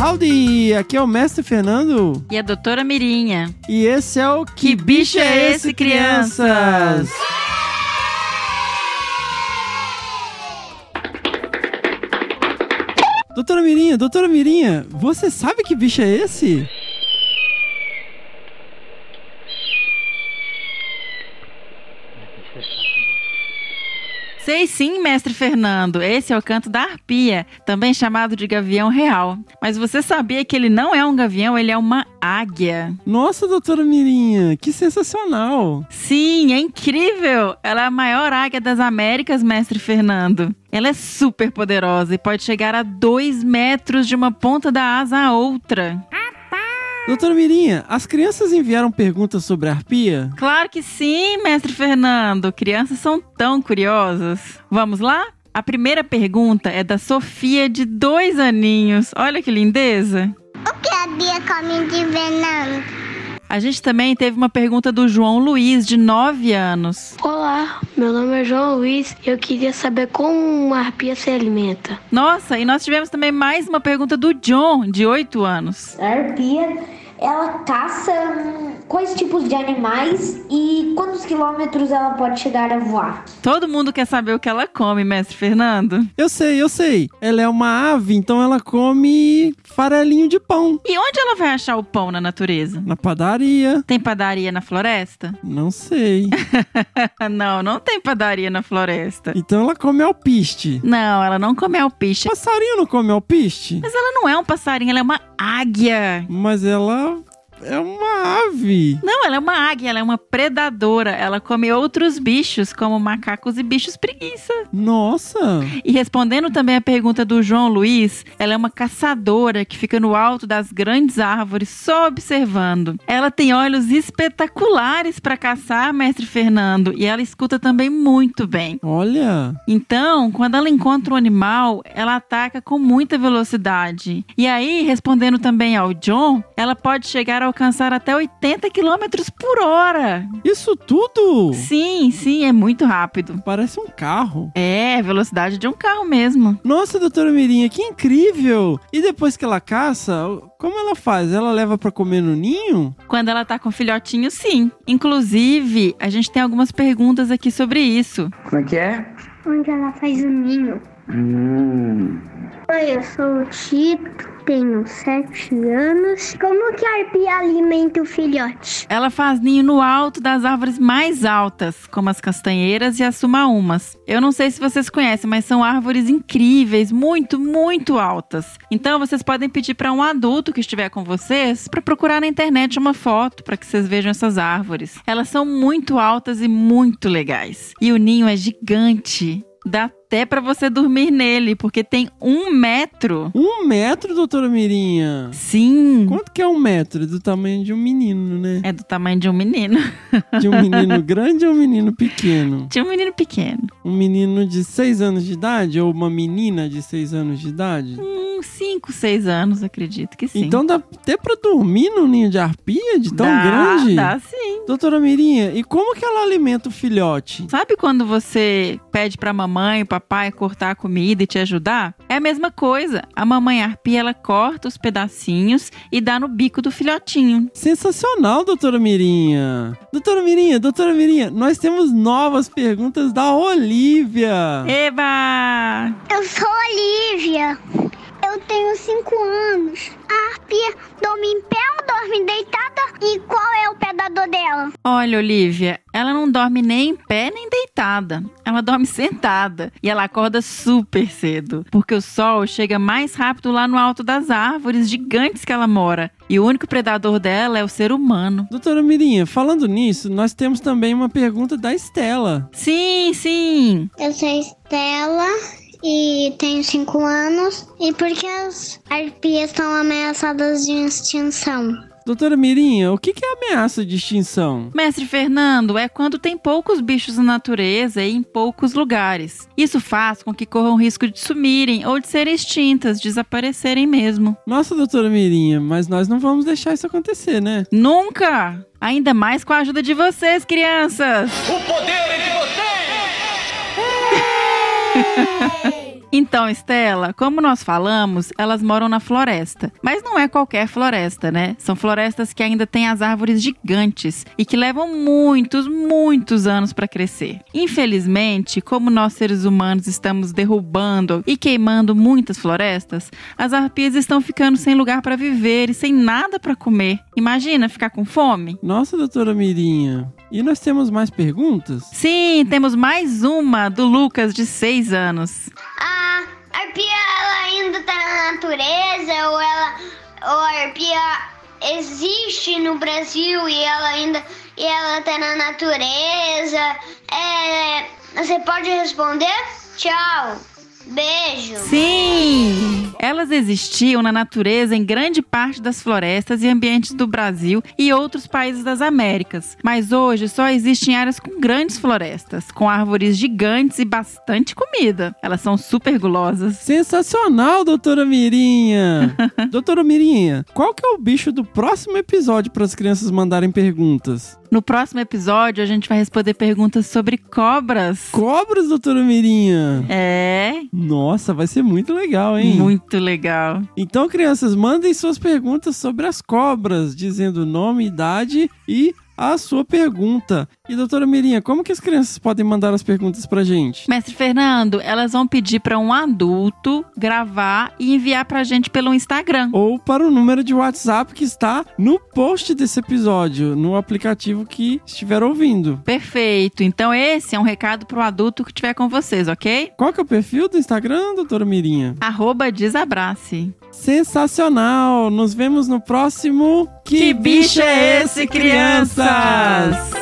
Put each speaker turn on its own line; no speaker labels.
Howdy! Aqui é o Mestre Fernando
E a doutora Mirinha.
e esse é o
Que bicho é esse, crianças?
Doutora Mirinha, doutora Mirinha, você sabe que bicho é esse?
Sei sim, mestre Fernando, esse é o canto da arpia, também chamado de gavião real. Mas você sabia que ele não é um gavião, ele é uma águia.
Nossa, doutora Mirinha, que sensacional!
Sim, é incrível! Ela é a maior águia das Américas, mestre Fernando. Ela é super poderosa e pode chegar a 2 metros de uma ponta da asa à outra.
Doutora Mirinha, as crianças enviaram perguntas sobre a arpia?
Claro que sim, mestre Fernando. Crianças são tão curiosas. Vamos lá? A primeira pergunta é da Sofia, de dois aninhos. Olha que lindeza!
O que a Bia come de veneno?
A gente também teve uma pergunta do João Luiz, de nove anos.
Olá, meu nome é João Luiz e eu queria saber como uma arpia se alimenta.
Nossa, e nós tivemos também mais uma pergunta do John, de oito anos.
A arpia, ela caça hum, quais tipos de animais e quantos quilômetros ela pode chegar a voar?
Todo mundo quer saber o que ela come, mestre Fernando.
Eu sei, eu sei. Ela é uma ave, então ela come farelinho de pão.
E onde ela vai achar o pão na natureza?
Na padaria?
Tem padaria na floresta?
Não sei.
não, não tem padaria na floresta.
Então ela come alpiste.
Não, ela não come alpiche.
Passarinho não come alpiste?
Mas ela não é um passarinho, ela é uma águia.
Mas ela é uma ave.
Não, ela é uma águia, ela é uma predadora. Ela come outros bichos, como macacos e bichos preguiça.
Nossa!
E respondendo também a pergunta do João Luiz, ela é uma caçadora que fica no alto das grandes árvores só observando. Ela tem olhos espetaculares para caçar, mestre Fernando, e ela escuta também muito bem.
Olha!
Então, quando ela encontra um animal, ela ataca com muita velocidade. E aí, respondendo também ao John, ela pode chegar a alcançar até 80 km por hora.
Isso tudo
Sim, sim, é muito rápido.
parece um carro.
É, velocidade de um carro mesmo.
Nossa, doutora Mirinha, que incrível! E depois que ela caça, como ela faz? Ela leva pra comer no ninho?
Quando ela tá com filhotinho, sim. Inclusive, a gente tem algumas perguntas aqui sobre isso.
Como é que é?
Onde ela faz o ninho.
Hum.
Oi, eu sou o Tito, tenho sete anos. Como que a arpia alimenta o filhote?
Ela faz ninho no alto das árvores mais altas, como as castanheiras e as sumaúmas. Eu não sei se vocês conhecem, mas são árvores incríveis, muito, muito altas. Então, vocês podem pedir para um adulto que estiver com vocês para procurar na internet uma foto para que vocês vejam essas árvores. Elas são muito altas e muito legais. E o ninho é gigante. Dá até para você dormir nele, porque tem um metro.
Um metro, doutora Mirinha!
Sim,
Quanto que é um metro? Do tamanho de um menino, né?
é do tamanho de um menino.
De um menino grande ou um menino pequeno?
De um menino pequeno.
Um menino de seis anos de idade ou uma menina de seis anos de idade?
Uns 5, 6 Hum, anos, acredito que sim.
Então dá até pra dormir num ninho de arpia de tão
Dá-
grande?
Dá sim.
Doutora Mirinha, e como que ela alimenta o filhote?
Sabe quando você pede pra mamãe, papai cortar a comida e te ajudar? É a mesma coisa. A mamãe arpia, ela corta os pedacinhos e dá no bico do filhotinho.
Sensacional, doutora Mirinha. Doutora Mirinha, doutora Mirinha, nós temos novas perguntas da Olivia.
É. Eba!
Eu sou a Olivia. Eu tenho cinco anos. A arpia dorme em pé ou dorme deitada? E qual é o predador dela?
Olha, Olivia, ela não dorme nem em pé nem deitada. Ela dorme sentada e ela acorda super cedo, porque o sol chega mais rápido lá no alto das árvores gigantes que ela mora. E o único predador dela é o ser humano.
Doutora Mirinha, falando nisso, nós temos também uma pergunta da Estela.
Sim, sim.
Eu sou a Estela e tenho cinco anos. E por que as arpias estão ameaçadas de extinção?
Doutora Mirinha, o que que é ameaça de extinção?
Mestre Fernando, é quando tem poucos bichos na natureza e em poucos lugares. Isso faz com que corram risco de sumirem ou de serem extintas, desaparecerem mesmo.
Nossa, doutora Mirinha, mas nós não vamos deixar isso acontecer, né?
Nunca! Ainda mais com a ajuda de vocês, crianças! Então, Estela, como nós falamos, elas moram na floresta. Mas não é qualquer floresta, né? São florestas que ainda têm as árvores gigantes e que levam muitos, muitos anos para crescer. Infelizmente, como nós seres humanos estamos derrubando e queimando muitas florestas, as arpias estão ficando sem lugar para viver e sem nada para comer. Imagina ficar com fome?
Nossa, doutora Mirinha. E nós temos mais perguntas?
Sim, temos mais uma do Lucas de 6 anos.
A arpia ela ainda tá na natureza ou ela ou a arpia existe no Brasil e ela ainda e ela tá na natureza? É, você pode responder? Tchau. Beijo.
Sim! Elas existiam na natureza em grande parte das florestas e ambientes do Brasil e outros países das Américas, mas hoje só existem áreas com grandes florestas, com árvores gigantes e bastante comida. Elas são super gulosas.
Sensacional, doutora Mirinha. doutora Mirinha, qual que é o bicho do próximo episódio para as crianças mandarem perguntas?
No próximo episódio, a gente vai responder perguntas sobre cobras.
Cobras, doutora Mirinha.
É,
Nossa, vai ser muito legal, hein?
muito legal.
Então, crianças, mandem suas perguntas sobre as cobras, dizendo nome, idade e a sua pergunta. E doutora Mirinha, como que as crianças podem mandar as perguntas pra gente?
Mestre Fernando, elas vão pedir para um adulto gravar e enviar pra gente pelo Instagram.
ou para o número de WhatsApp que está no post desse episódio, no aplicativo que estiver ouvindo.
Perfeito. Então esse é um recado pro adulto que estiver com vocês, ok?
Qual que é o perfil do Instagram, doutora Mirinha?
Arroba desabrace.
Sensacional! Nos vemos no próximo...
Que bicho é esse, é crianças?